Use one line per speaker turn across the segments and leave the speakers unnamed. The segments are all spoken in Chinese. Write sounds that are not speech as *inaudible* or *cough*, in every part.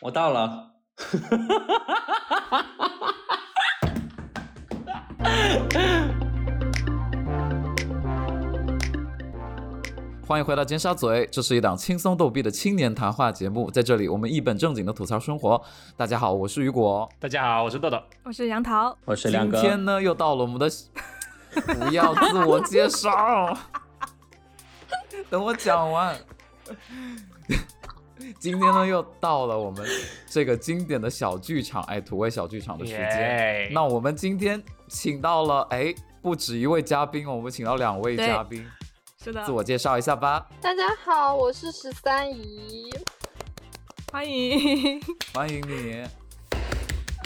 我到了。
欢迎回到尖沙咀，这是一档轻松逗逼的青年谈话节目，在这里我们一本正经的吐槽生活。大家好，我是雨果。
大家好，我是豆豆。
我是杨桃，
我是亮
今
哥，
天呢，又到了我们的 *laughs* 不要自我介绍， *laughs* 等我讲完。 *laughs* 今天呢，又到了我们这个经典的小剧场，哎，土味小剧场的时间。
耶
那我们今天请到了，哎，不止一位嘉宾哦，我们请到两位
对
嘉宾，
是的
自，我介绍一下吧。
大家好，我是十三姨。
欢迎。 *laughs*
欢迎你。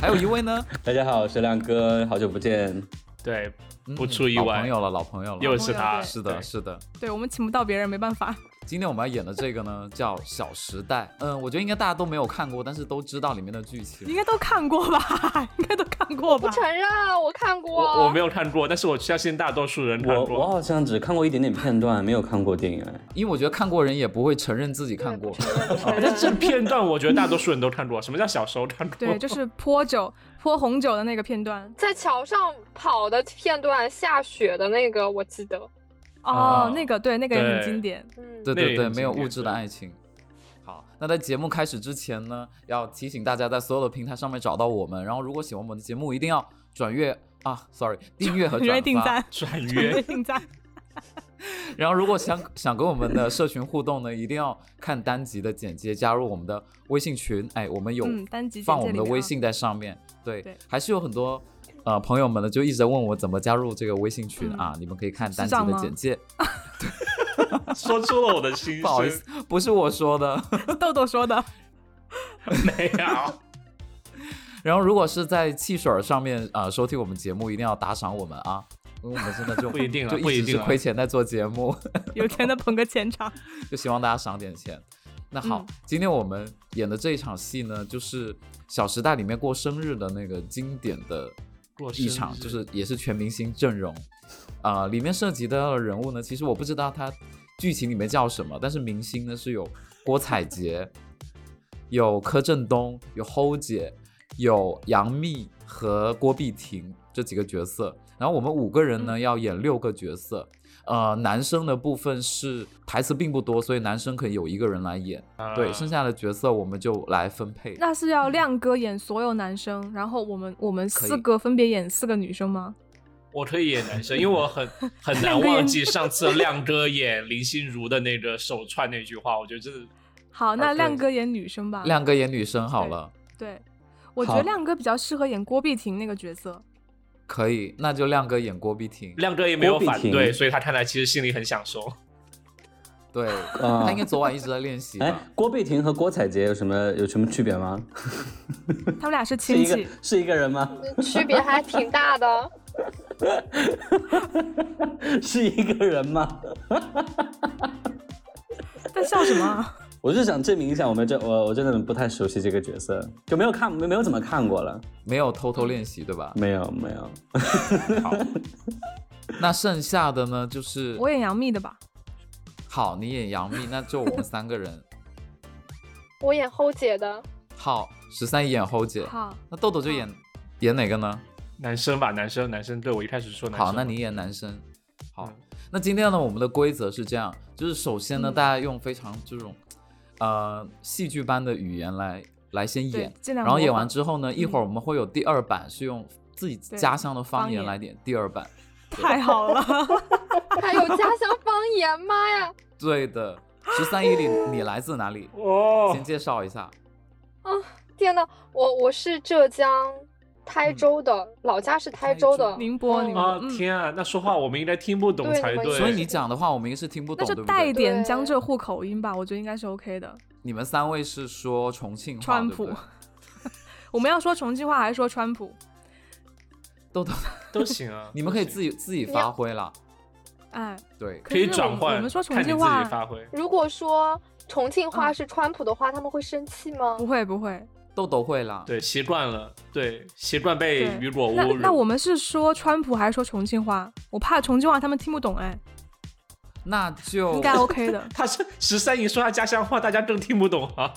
还有一位呢，
大家好，我是亮哥，好久不见。
对，
嗯
*laughs* 不出意外
老朋友了，老朋友了，
又是他，
对
是的，
对
是的。
对我们请不到别人，没办法。
今天我们要演的这个呢，叫《小时代》。嗯，我觉得应该大家都没有看过，但是都知道里面的剧
应
情。
该都看过吧？ *laughs* 应该都看过吧
不？承认，我看过。
我我没有看过，但是我相信大多数人看
我我
过。
好像只看过一点点片段，没有看过电影哎。
*laughs* 因为我觉得看过人也不会承认自己看过
不。承认不承
哎但这 *laughs*
认。
片段我觉得大多数人都看过。什么叫小时候看过？
对，就是泼酒、泼红酒的那个片段。
在桥上跑的片段，下雪的那个我记得。
哦
啊，
那个对，那个也
对
很经典。
嗯，
对
那
对
也
对，
很
没有
经典
物质的
对
爱情。好，那在节目开始之前呢，要提醒大家在所有的平台上面找到我们。然后，如果喜欢我们的节目，一定要转阅啊，sorry，订阅和
*laughs* 因为
转
定
发。 *laughs*
赞，
转
因
*laughs*
为
约
定赞。
然后，如果想 *laughs* 想跟我们的社群互动呢，一定要看单集的简介，加入我们的微信群。哎，我们有
嗯，单集简
放我
介
们
里
的
面
微
啊。
信在上面。对，
对
还是有很多呃朋友们呢，就一直在问我怎么加入这个微信群啊。你们可以看单集
嗯是这样
的
吗
简介。 *laughs*
说出了我的心声。
不好意思，不是我说的。
*laughs*
*laughs*
豆豆说的，
没有。
然后，如果是在汽水儿上面啊、呃收听我们节目，一定要打赏我们啊，因为我们真的 *laughs* 就
不一定了啊
就
不一
一直是
定了
亏钱在做节目，
有钱的捧个钱场。
就希望大家赏点钱。那好，
嗯
今天我们演的这一场戏呢，就是《小时代》里面过生日的那个经典的
过生
一
日
场，就是也是全明星阵容。啊、里面涉及到的人物呢，其实我不知道他剧情里面叫什么，但是明星呢是有郭采洁、有柯震东、有齁姐、有杨幂和郭碧婷这几个角色。然后我们五个人呢、
嗯
要演六个角色，呃，男生的部分是台词并不多，所以男生可以有一个人来演，
啊
对，剩下的角色我们就来分配。
*laughs* 那是要亮哥演所有男生，然后我们我们
可以
四个分别演四个女生吗？
我可以演男生，因为我很很难
亮哥演
忘记上次亮哥演林心如的那个手串那句话，我觉得这是
好，那
对
亮哥演女生吧。
啊亮哥演女生好了，
对，我觉得
好
亮哥比较适合演郭碧婷那个角色。
可以，那就亮哥演郭碧婷。
亮哥也没有
郭碧
反
婷
对，所以他看来其实心里很享受。
对，
*laughs*
啊
他应该昨晚一直在练习
哎
吧？，
郭碧婷和郭采洁有什么有什么区别吗？
他们俩是
是
亲
一个
戚，
是一个人吗？ *laughs*
区别还挺大 *laughs* 的。
是一个人吗？
在笑什么啊？
我是想证明一下，我们这我我真的不太熟悉这个角色，就没有看没没有怎么看过了，
没有偷偷练习对吧？
没有没有。
那剩下的呢，就是
我演杨幂的吧，
好，你演杨幂，那就我们三个人。
我演齁姐的，
好，十三姨演侯姐，
好，
那豆豆就
嗯
演演哪个呢？
男生吧，男生，男生，对我一开始说男生。
好，那你演男生。好
嗯，
那今天呢，我们的规则是这样，就是首先呢，
嗯
大家用非常这种呃戏剧般的语言来来先
对
演，，
尽量
然后
模
演完
仿嗯
之后呢，一会儿我们会有第二版，是用自己
对
家乡的方
方
言
言
来演第二版。
太好了，
还有家乡方言，妈呀！
对
*laughs*
的，十三姨里你来自哪里？
哦
先，介绍一下。
天呐，我我是浙江台州的，老家是台州
台
的
州。
宁波，宁
啊
波，嗯，
天啊，那说话我们应该听不懂
对
才
我们
对。
所以你讲的话，我们应该是听不
那
懂，
就
对不
带一
对？
点
对
江浙沪口音吧，我觉得应该是 OK 的。
你们三位是说重庆话，
川
对不
普
对，
我们要说重庆话还是说川普？
豆豆，
都行啊，
*laughs* 你们
*laughs*
可以
都行
自己自己发挥啦。
哎，
对，
可
可以
是我
转
们
换，
我们说重
看你
庆
自己
话
发挥。
如果说重庆话
嗯
是川普的话，他们会生气吗
不？会不会，
豆豆会啦。，
对，习惯了，对，习惯被
对
雨果
那
侮辱。
那我们是说川普还是说重庆话？我怕重庆话他们听不懂，哎，
那就
应
*laughs*
该 OK 的。
他是十三姨说他家乡话，大家更听不懂啊。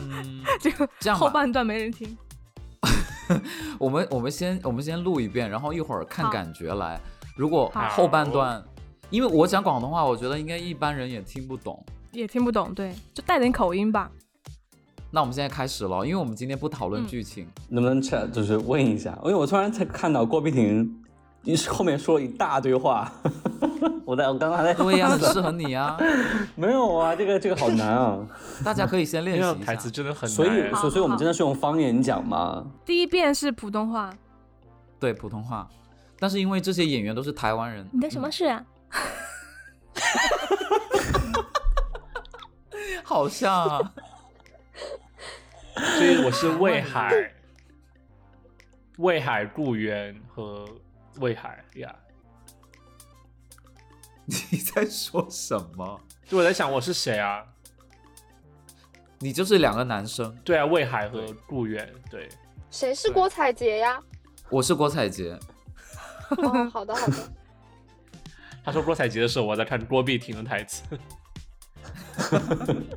嗯，
这个
这样吧
后半段没人听。
我们我们先我们先录一遍，然后一会儿看
好
感觉来。如果
好
后半段，因为我讲广东话，我觉得应该一般人也听不懂。
也听不懂，对，就带点口音吧。
那我们现在开始了，因为我们今天不讨论
嗯
剧情。
能不能 check 就是问一下？因为我突然才看到郭碧婷一后面说了一大堆话， *laughs* 我在我刚刚还在
对呀、很适合你啊！
没有啊，这个这个好难啊，
大家可以先练
那
习一
台词
下。
真的很难。
所以所以所以我们
好
真的是用方言讲吗？
第一遍是普通话，
对普通话，但是因为这些演员都是台湾人，
么事啊？
嗯好像啊？ *laughs*
所以我是魏海，魏海顾源和魏海呀。
你在说什么？
就我在想我是谁啊？
你就是两个男生，
对啊，魏海和顾源，对，
谁是
对
郭采洁呀？
我是郭采洁。
哦，好的好 *laughs* 的，
他说郭采洁的时候，我在看郭碧婷的台词。 *laughs*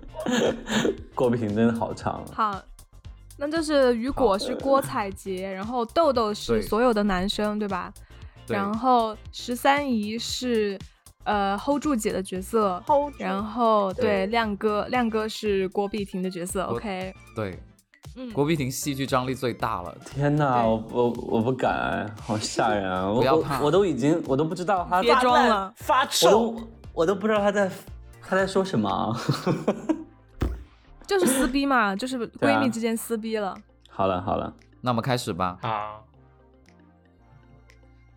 郭碧婷真的好
*laughs*
长，
好，那就是雨果
好
是郭采洁，然后豆豆是
对
所有的男生，对吧？
对，
然后十三姨是呃 hold 住姐的角色
hold 住
然后对
对
亮哥，亮哥是郭碧婷的角色，OK，
对，
嗯，
郭碧婷戏剧张力最大了。
天哪，
对
我我我不敢，好吓人
*laughs*
啊！我
不要
我
怕
我都已经我都不知道他
别装了，
发
我都我都不知道他在他在说什么啊。 *laughs*
就是撕逼嘛，就是
对
闺
啊
蜜之间撕逼了。
好了好了，
那我们开始吧。
啊！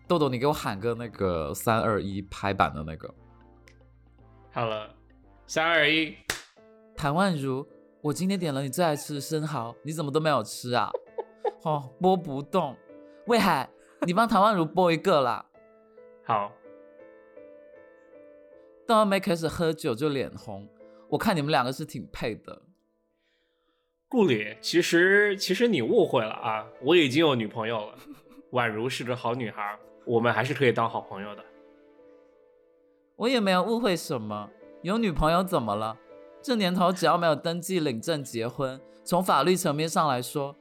豆豆，你给我喊个那个三二一拍板的那个。
好了，三二一，
谭万如，我今天点了你最爱吃的生蚝，你怎么都没有吃啊？ *laughs* 哦，剥不动。魏海，你帮谭万如剥一个啦。
好，
邓恩梅开始喝酒就脸红，我看你们两个是挺配的。
顾里，其实其实你误会了啊，我已经有女朋友了，宛如是个好女孩，我们还是可以当好朋 *laughs* 友的。
我也没有误会什么，有女朋友怎么了？这年头只要没有登记领证结婚，从法律层面上来说，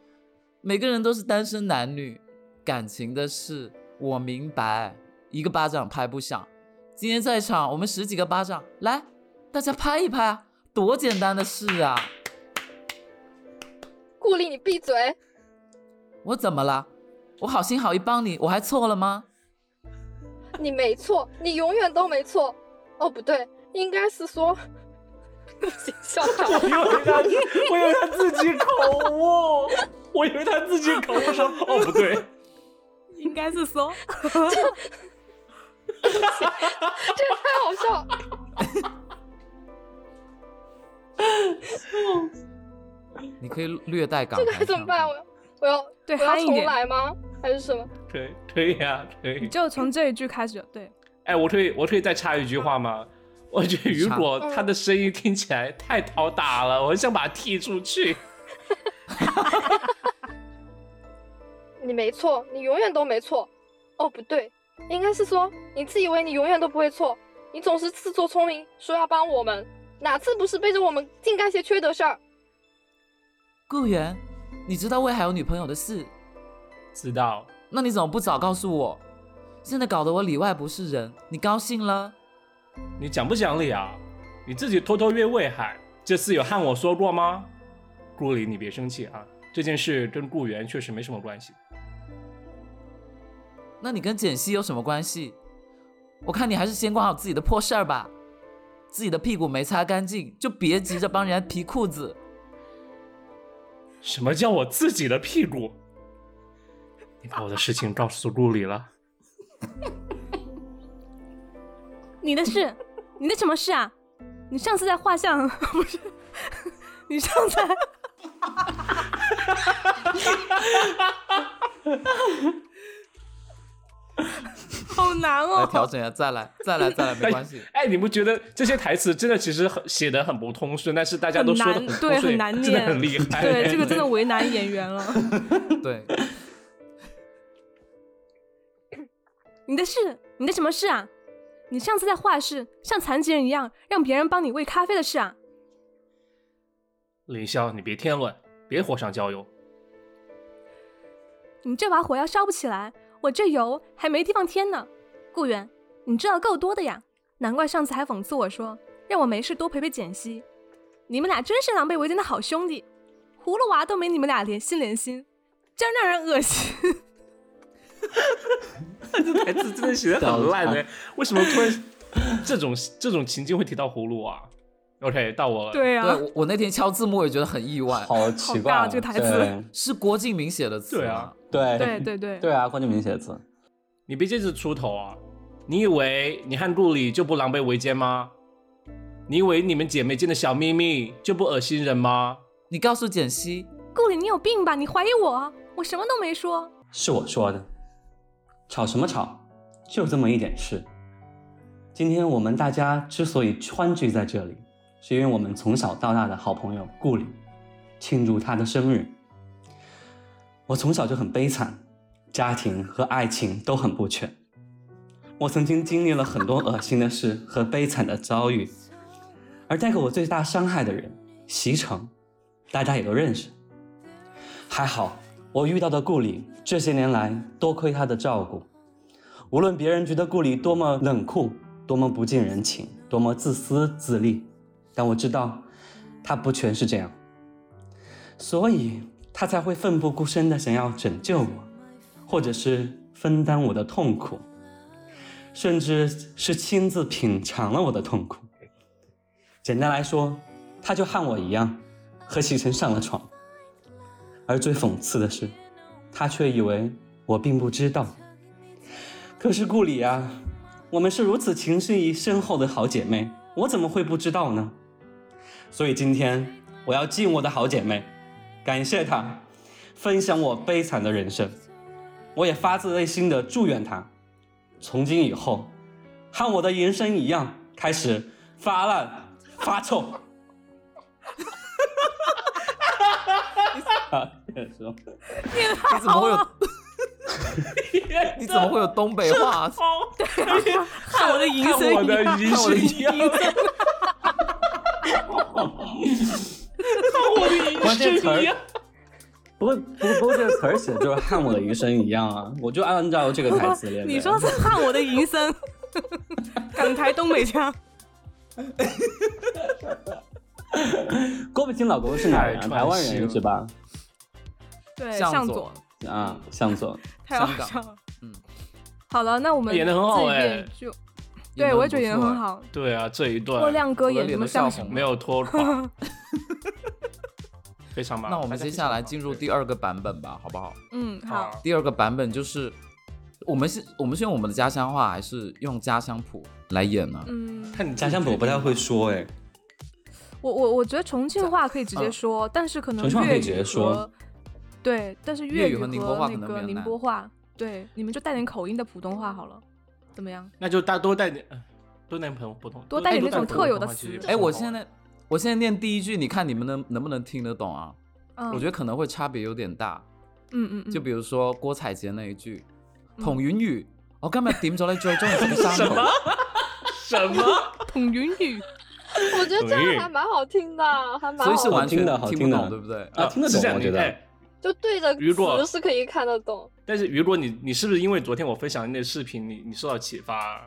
每个人都是单身男女。感情的事，我明白，一个巴掌拍不响。今天在场，我们十几个巴掌，来，大家拍一拍啊，多简单的事啊！
顾里你闭嘴，
我怎么了？我好心好意帮你，我还错了吗？
你没错，你永远都没错。哦，不对，应该
*laughs*
是说，不行， *laughs* 笑场了。
因为他，我以为他自己口误，我以为他自己口误说，哦不 *laughs* 对，
应该是搜，
这个太好笑了。
你可以略带感。
这个还怎么办？我要我要
对
我要
憨一
重
点
来吗？还是什么？
可以可以啊，可以
你。 *laughs* 就从这一句开始，对，
哎，我可以我可以再插一句话吗？ *laughs* 我觉得雨果
插
他的声音听起来太讨打了，我想把他踢出去。 *laughs*
你没错，你永远都没错。哦，不对，应该是说你自以为你永远都不会错，你总是自作聪明，说要帮我们，哪次不是背着我们净干些缺德事儿？
顾源，你知道魏海有女朋友的事，
知道，
那你怎么不早告诉我？现在搞得我里外不是人，你高兴了？
你讲不讲理啊？你自己偷偷约魏海，这次有和我说过吗？顾里，你别生气啊，这件事跟顾源确实没什么关系。
那你跟简溪有什么关系？我看你还是先管好自己的破事儿吧，自己的屁股没擦干净，就别急着帮人家提裤子。
什么叫我自己的屁股？你把我的事情告诉顾里了？
你的事，你的什么事啊？你上次在画像 *laughs* 不是？你上次在 *laughs* 好难
*laughs* 来
哦，
调整一下，再来，再来， *laughs* 再来，没关系。
哎，你不觉得这些台词真的其实很写的很不通顺，但是大家都说的
很难对很难
真的很
念
厉害。哎
对，这个真的为难演员了。
对，
你的事，你的什么事啊？你上次在画室像残疾人一样让别人帮你喂咖啡的事啊？
凌霄，你别添乱，别火上浇油。
你这把火要烧不起来，我这油还没地方添呢。顾源，你知道够多的呀，难怪上次还讽刺我说让我没事多陪陪简溪。你们俩真是狼狈为奸的好兄弟，葫芦娃都没你们俩连心连心，真让人恶心。 *laughs*
这台词真的写的很烂的，为什么突然这种这种情境会提到葫芦娃、？OK，到我了。
对
对
啊，
我我那天敲字幕也觉得很意外，
好奇怪、
好
啊、
尬这个台
对
词
是郭敬明写的词
对
吗
啊？
对
对对对，
对啊，郭敬明写的词。
你别这次出头啊！你以为你和顾里就不狼狈为奸吗？你以为你们姐妹间的小秘密就不恶心人吗？
你告诉简溪，
顾里你有病吧？你怀疑我？我什么都没说。
是我说的，吵什么吵？就这么一点事。今天我们大家之所以欢聚在这里，是因为我们从小到大的好朋友顾里庆祝他的生日。我从小就很悲惨，家庭和爱情都很不全。我曾经经历了很多恶心的事和悲惨的遭遇，而带给我最大伤害的人，席城，大家也都认识。还好，我遇到的顾里这些年来，多亏他的照顾。无论别人觉得顾里多么冷酷，多么不近人情，多么自私自利，但我知道，他不全是这样，所以他才会奋不顾身的想要拯救我，或者是分担我的痛苦，甚至是亲自品尝了我的痛苦。简单来说，他就和我一样，和席晨上了床。而最讽刺的是，他却以为我并不知道。可是顾里啊，我们是如此情谊深厚的好姐妹，我怎么会不知道呢？所以今天我要敬我的好姐妹，感谢她，分享我悲惨的人生。我也发自内心的祝愿她，从今以后，和我的人生一样，开始发烂发臭。 *laughs* 啊，这个时候
你怎么会
啊
有？你怎么会有东北话？
啊看我的银
看我
*laughs*
的
样
银
我的
是一样，看我的银
关键词
是
儿
一样。
不过不过不过这个词儿写的就是和我的余生一样啊，我就按照这个台词练的。
你说是看我的银 *laughs* 森，港台东北腔。
郭碧婷老公是哪人啊？
太
台湾人
传奇
是
了
吧？
对，
向
向
左
左，
啊，向左。
太好
香港
笑了。
嗯，
好了，那我们
演得很好
自己
哎
练就
演
对
得
我也觉得演得
不错
很
哎。
好。
对啊，这一
郭
*laughs*
段
亮哥
我的
演什
脸
么
都笑
像
红了
没有拖垮，非常棒。
那我们接下来进入第二个版本吧，好不好？ *laughs*
嗯，
好
好，，
第二个版本就是我们是我们是用我们的家乡话，还是用家乡谱来演呢？哎
嗯，
看你
家乡我不太会说哎，
我我我觉得重庆话可以
嗯
直接说，但是可能
重庆话可
粤
以直接
语
说
和对，但是
粤语
语
和
和
宁波话可
那
能比
个
较
宁
难
波话，对，你们就带点口音的普通话好了，怎么样？
那就大多带点，呃多带点普通，普通
多带点那种特有的词
啊
哎，我现在我现在念第一句，你看你们能能不能听得懂啊？
嗯，
我觉得可能会差别有点大。
嗯嗯嗯，
就比如说郭采洁那一句，
嗯
彭云宇，我今日點咗你最中意食嘅生蠔，
什么？
统云语，
我觉得这样还蛮好听的，啊还蛮
*laughs* 所
好
以是
听
完全
好听的好
听
听
不
的
懂，对不对？
啊听得懂
是这样
我觉
你
得
哎
就对着
雨果
词是可以看得懂。
但是雨果，你你是不是因为昨天我分享的那个视频，你你受到启发啊、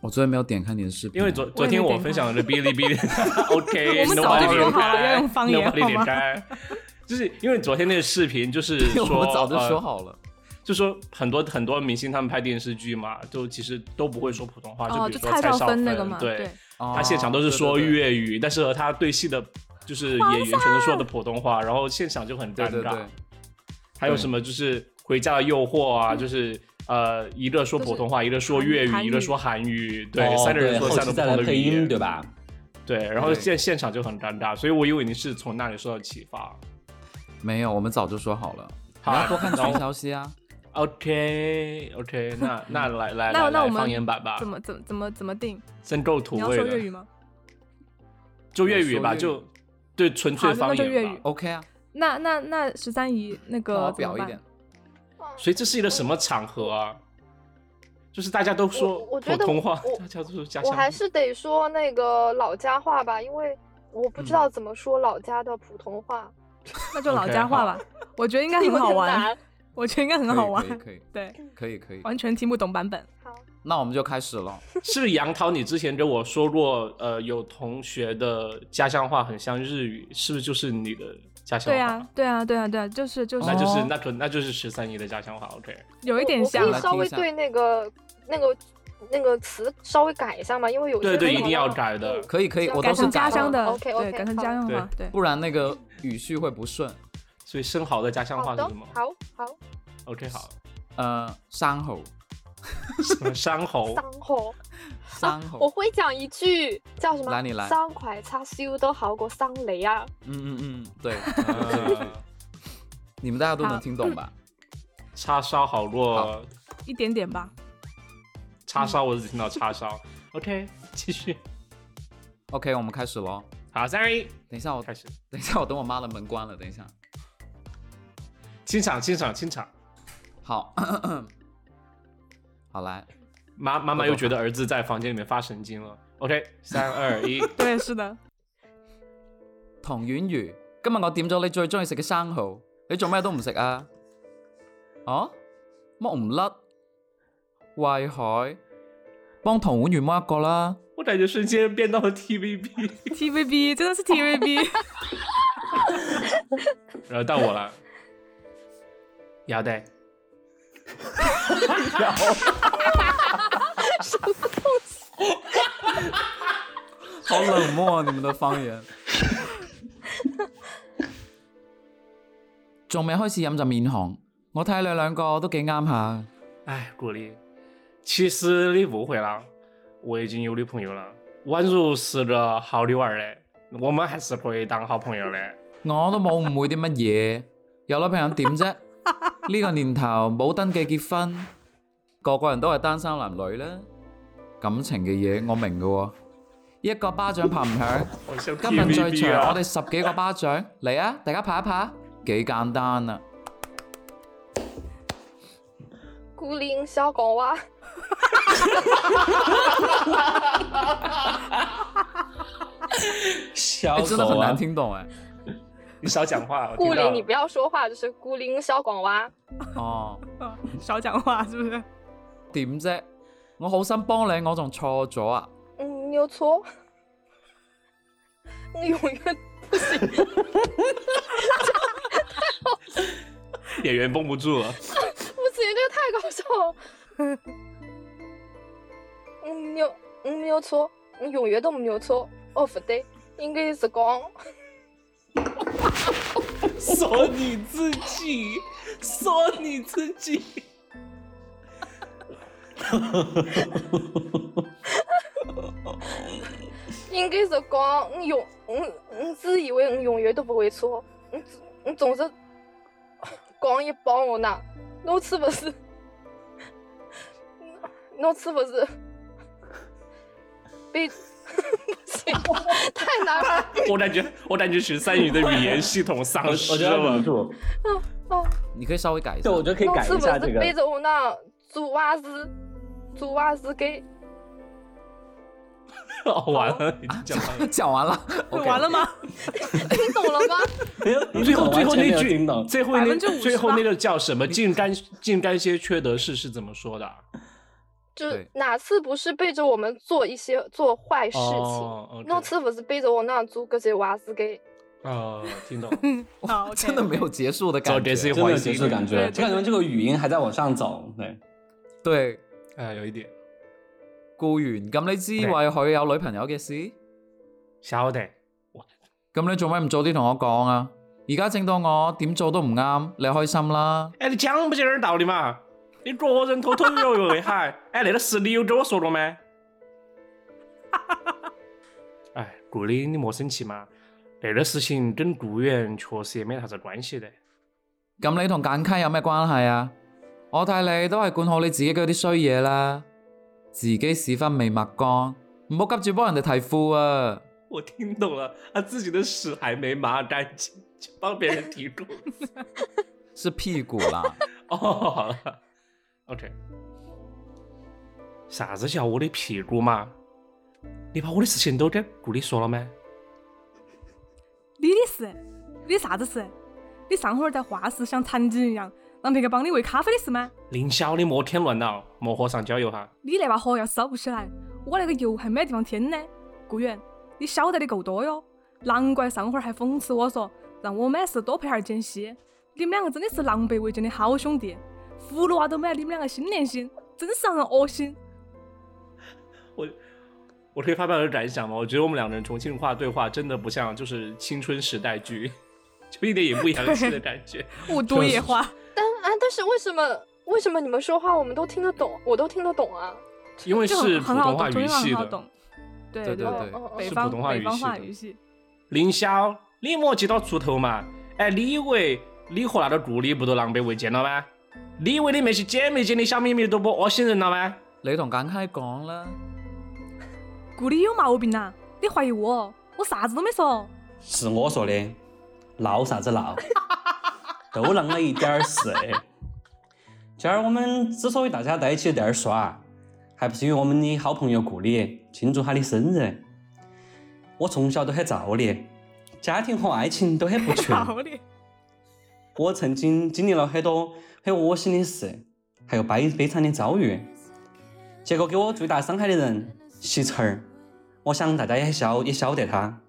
我昨天没有点开你的视频，啊
因为昨昨天我分享的哔哩哔
*laughs*
哩，OK，
我们早就说好了
nobody
要用方言
nobody
好
点
吗
开 *laughs* 就是因为昨天那个视频，就是
因为
*laughs*
说
我们早就说
呃
好了，
就说很多很多明星他们拍电视剧嘛，就其实都不会说普通话，
啊
哦，
比
就
如说蔡
少
少
芬那个嘛，
对，
对，
哦
他现场都是说，粤语，但是和他对戏的，就是演员全都说的普通话，然后现场就很
对
尴尬。
对对对对，
还有什么就是《回家的诱惑》啊，就是呃，一个说普通话，一个说粤
嗯韩
语，
语
一个说韩语，对，
哦
三个人说
后
三
期
种不
再
同
来
的
配
语言，
音对？吧？
对，然后
对
现现场就很尴尬，所以我以为你是从那里受到启发。
没有，我们早就说好了，你
好
要多看
然后
群消息啊。
OK OK，那那
*laughs*
来来
那
来
那
来
我们
方言
啊
版吧
怎，么怎么怎么怎么定？
真够土
你要
味
说粤语
的，
吗？
就粤语吧，
我说粤语
就对纯粹
好那
方
就粤
言吧
语。
OK 啊，
那那那十三姨
*laughs* 那
那
我
个怎么
表一
办
点，，
所以这是一个什么场合啊？就是大家都说
我我觉
普
得
通话
我，
大家都说家
我
乡话，
还是得说那个老家话吧，因为我不
嗯
知道怎么说老家的普通话，
那就老
OK，
家话吧。我觉得应该很
有
好
点
玩，
难。
我觉得应该很好玩。
可以可以
对，
可以可以，可以
完全听不懂版本。
好，
那我们就开始了。
是不是杨涛？你之前跟我说过，呃，有同学的家乡话很像日语，是不是就是你的家乡
对
话？
啊，对啊，对啊，对啊，就是就是，
那就是、
哦
那可那就是十三姨的家乡话。OK，
有一点
我
像
我可
来
以
听
稍
一
微
下
对那个那个那个词稍微改一下嘛，因为有
对
些
对
可能
一定要
让
改的
嗯
可以
*laughs*
可以，我
改
都是
成
改
家乡
的，
的
OK，OK，
对，改成
好
家乡话，对，
不然那个语序会不顺。
所以生蚝的家乡话
好
是
的
什么，哦
好好，
？OK，好，
呃，山
啊
猴，
什么山猴？
桑
哦
猴，
山
我
哦
猴，
会讲一句叫什么？
来你来
三块叉烧都好过三雷啊！
嗯嗯嗯，对，
呃
你们大家都能
好
听懂吧？
叉烧好过
好
一点点吧。
叉烧，我只听到叉烧。OK，继续。
OK，我们开始喽。
好，三二一，
等一下我，
开始。
等一下我等我妈的门关了，等一下。
清场，清场，清场。
好， *coughs* 好来，
妈妈妈又觉得儿子在房间里面发神经了。OK，三二 *laughs* 一，
对，是的，
唐婉如，今日我點咗你最中意食嘅生蠔，你做咩都唔食啊？哦，剝唔甩，喂海，幫唐婉如剝一個啦。
我感觉瞬间变到了 TVB。
TVB 真的是 *laughs* TVB，
然后到我了， *laughs* 要得。
好冷漠、啊、你们的方言。 *laughs* 仲未開始飲就面紅，我睇你兩個都幾啱下。
哎，鼓励，其实你误会了，我已经有女朋友了，宛如是个好女娃嘞，我们还是可以当好朋友嘞。
我都冇誤會啲乜嘢，有女朋友點啫？呢個年頭冇登記結婚，個個人都係單身男女啦。感情嘅嘢我明嘅喎，一個巴掌拍唔響，
我像
今日最
TVB
長
啊
我哋十幾個巴掌，嚟啊！大家拍一拍，幾簡單啊！
孤零小港蛙，
小
哎
狗啊
真的很难，聽懂哎。
你少讲话。我听
孤
到
零你不要说话，就是孤零小港蛙。
哦，
少讲话是不是？
點啫？我好心幫你，我仲錯咗啊！
嗯，你有错， *laughs* 你永远不行。
演员绷不住了。
不行，这个太搞笑了。嗯，有嗯有错，嗯永远都没有错。哦，不对，应该是讲
说你自己，说你自己。
应该是讲嗯永嗯嗯自以为嗯永远都不会错，嗯总嗯总是 *laughs* 讲一帮我呢，侬是不 *laughs* 是？侬是不是？被 *laughs* 不行， *laughs* 太难了。
我感觉，我感觉十三姨的语言系统丧
我
失啊
我觉得要
了
忍。住，
你可以稍微改一下
对，。我觉得可以
侬
改
是
一
不
下
是
这
背
个。
着我呢？做娃子，做娃子给。
哦，完了，已经讲
*laughs*
完了。
讲完了，OK
完了吗？
听懂了吗？ *laughs*
没有，你
*laughs* 最后
完
最后
全没
那
有
句
听懂，
最后那
58%
最后那个叫什么？净干净干些缺德事是怎么说的啊？
就是
对
哪次不是背着我们做一些做坏事情？
哦，OK
侬次不是背着我那做搿些娃子给？
哦，听 *laughs* 懂。
好，OK 啊
*laughs* 真的没有结束的
走
感觉
这。次
真的有结束的感
对
觉，
对
就感觉这个语音还在往上走。对，
对，
哎，有一点
顧源，咁你知
係
為佢有女朋友嘅事，
晓得。
咁你做咩唔早啲同我講啊？而家整到我點做都唔啱，你開心啦。
哎，你讲不讲点道理嘛？你个人偷偷悠悠的 *laughs* 嗨，哎，那个事你有跟我说了 *laughs* 没？哎，顾里，你莫生气嘛，那个事情跟顾源确实也没啥子关系的。
咁你同簡溪有咩關係啊？我睇你都係管好你自己嗰啲衰嘢啦，自己屎忽未抹乾，唔好急住幫人哋提褲啊！
我听懂了，他自己的屎还没抹干净，就帮别人提供。
是屁股啦，
*laughs*
哦，好了，OK。啥子叫我的屁股嘛？你把我的事情都跟顾里说了没？
你的事，你啥子事？哎你上会儿在画室像残疾一样，让别个帮你喂咖啡的事吗？
凌霄，你莫添乱了，莫火上浇油哈。
你那把火要烧不起来，我那个油还没地方添呢。顾源，你晓得的够多哟，难怪上回还讽刺我说让我没事多陪哈儿简溪。你们两个真的是狼狈为奸的好兄弟，葫芦娃都没得你们两个心连心，真是让人恶心。
我可以发表我的感想吗？我觉得我们两个人重庆话对话真的不像就是青春时代剧， *laughs* 就一点也不洋气的感
*laughs*
觉。
雾都野花，
但啊，但是为什么为什么你们说话我们都听得懂，我都听得懂啊？
因为
就是
普
很好
通
懂，
话
中
语
英很
系
好
的
懂。。对
对对
对，
哦哦哦
北
是
方
普通话
北
语
方
系
话
的
语系。
凌霄，你莫急到出头嘛！哎，你以为你和那个顾里不都狼狈为奸了吗？你以为你那些姐妹间的小秘密都不恶心人了吗？
你同刚开讲啦，
顾里有毛病呐、你怀疑我？我啥子都没说。
是我说的，闹啥子闹，都恁了一点儿事。今儿我们之所以大家在一起在这儿耍，还不是因为我们的好朋友顾里庆祝他的生日。我从小都很造孽，家庭和爱情都很不全。
好的，
我曾经经历了很多很恶心的事，还有悲悲惨的遭遇，结果给我最大伤害的人西成儿，我想大家也晓也晓得他。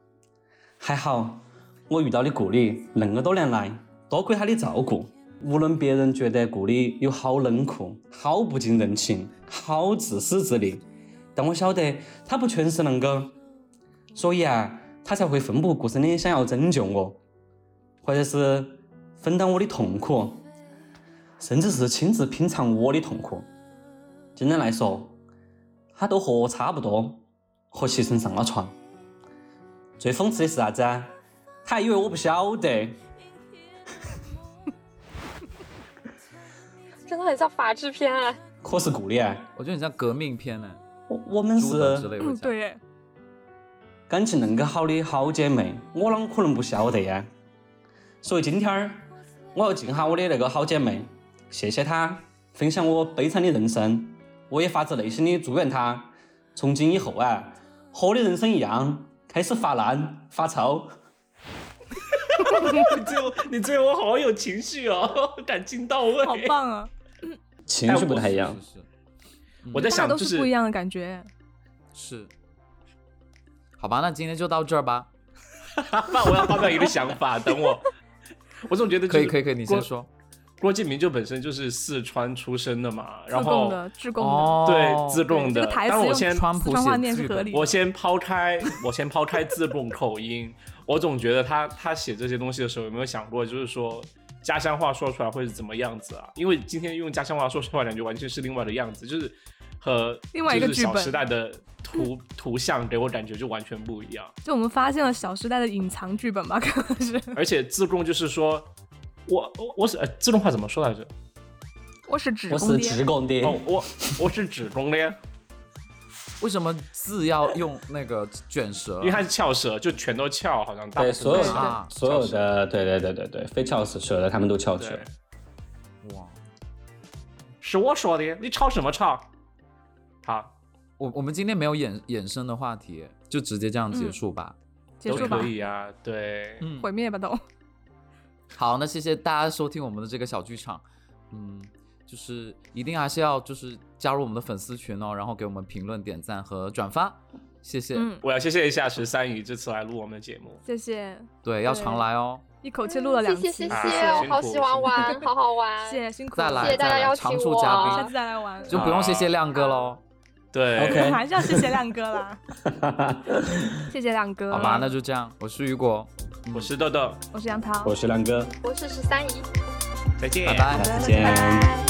还好我遇到的顾里恁个多年来，多亏他的照顾，无论别人觉得顾里有好冷酷、好不近人情、好自私自利，但我晓得他不全是恁个，所以啊，他才会奋不顾身的想要拯救我。或者是分担我的痛苦，甚至是亲自品尝我的痛苦。简单来说，他都和我差不多，和齐晨上了床。最讽刺的是啥子啊？他还以为我不晓得，
真的很像法制片啊！
可是顾里啊，
我觉得你像革命片啊呢，
我我们
朱德之
是
类会
嗯，
讲。
*laughs* 对耶，
感情恁个好的好姐妹，我啷可能不晓得呀？所以今天儿我要敬下我的那个好姐妹，谢谢她分享我悲惨的人生，我也发自内心的祝愿她从今以后啊，和我的人生一样，开始发烂发臭。
你对我，你对我好有情绪哦， *laughs* 感情到位。
好棒啊！
情绪不太一
是
样，
是
*laughs* 我在
大家
想，
都
就是 *laughs*
不一样的感觉。
是是，好吧，那今天就到这儿吧。
那我要发表一个想法，等我。 *laughs* 我总觉得、就
可
是、
以可以可以，你
郭
先。说。
郭敬明就本身就是四川出身的嘛，
自
然
贡
后
的，自贡的，
哦，
对自
对
贡
这
的
个台词
当然我
用
先
四
川普
川话
写
念是
剧
合
本
理的。
我先抛开，我先抛开自贡口音， *laughs* 我总觉得他他写这些东西的时候，有没有想过，就是说家乡话说出来会是怎么样子啊？因为今天用家乡话说出来，感觉完全是另外的样子，就是和
另外一个
就是
剧本
小时代的
*laughs*
图图像给我感觉就完全不一样。
就我们发现了《小时代》的隐藏剧本吧，可能是。
而且自贡就是说，我我我是、呃、自贡话怎么说来着？
我是职
我
工
是
爹，
职工的，
哦，我我是指公的，
为什么字要用那个卷舌？
因为它是翘舌，就全都翘，好像大部
哦对所有
分
对
的
对
啊，
所有的，对对对对对，非翘舌舌的他们都翘舌
对。，
哇，
是我说的，你吵什么吵？好，
我我们今天没有衍衍生的话题，就直接这样结束吧。
结
都
束吧
可，以啊，对。
嗯
毁灭吧都。
好，那谢谢大家收听我们的这个小剧场，嗯，就是一定还是要就是加入我们的粉丝群哦，然后给我们评论、点赞和转发，谢谢。
嗯，
我要谢谢一下十三姨这次来录我们的节目，
谢谢，
对，要常来哦，
一口气录了两期，
嗯谢谢谢
啊
谢，
辛
我
苦
好喜欢
*laughs*
玩，好好玩。
谢谢辛苦
再
了，
来
谢谢大家
再来，
邀请
常驻
我
嘉
下
宾
次再来玩。
就不用谢谢亮哥喽。
对
OK
还是要谢谢亮哥啦，谢谢亮哥。
好吧，那就这样，我是雨果，
我是豆豆，
我是杨桃，
我是亮哥，
我是十三姨，
再见，
拜拜。
再见。
拜。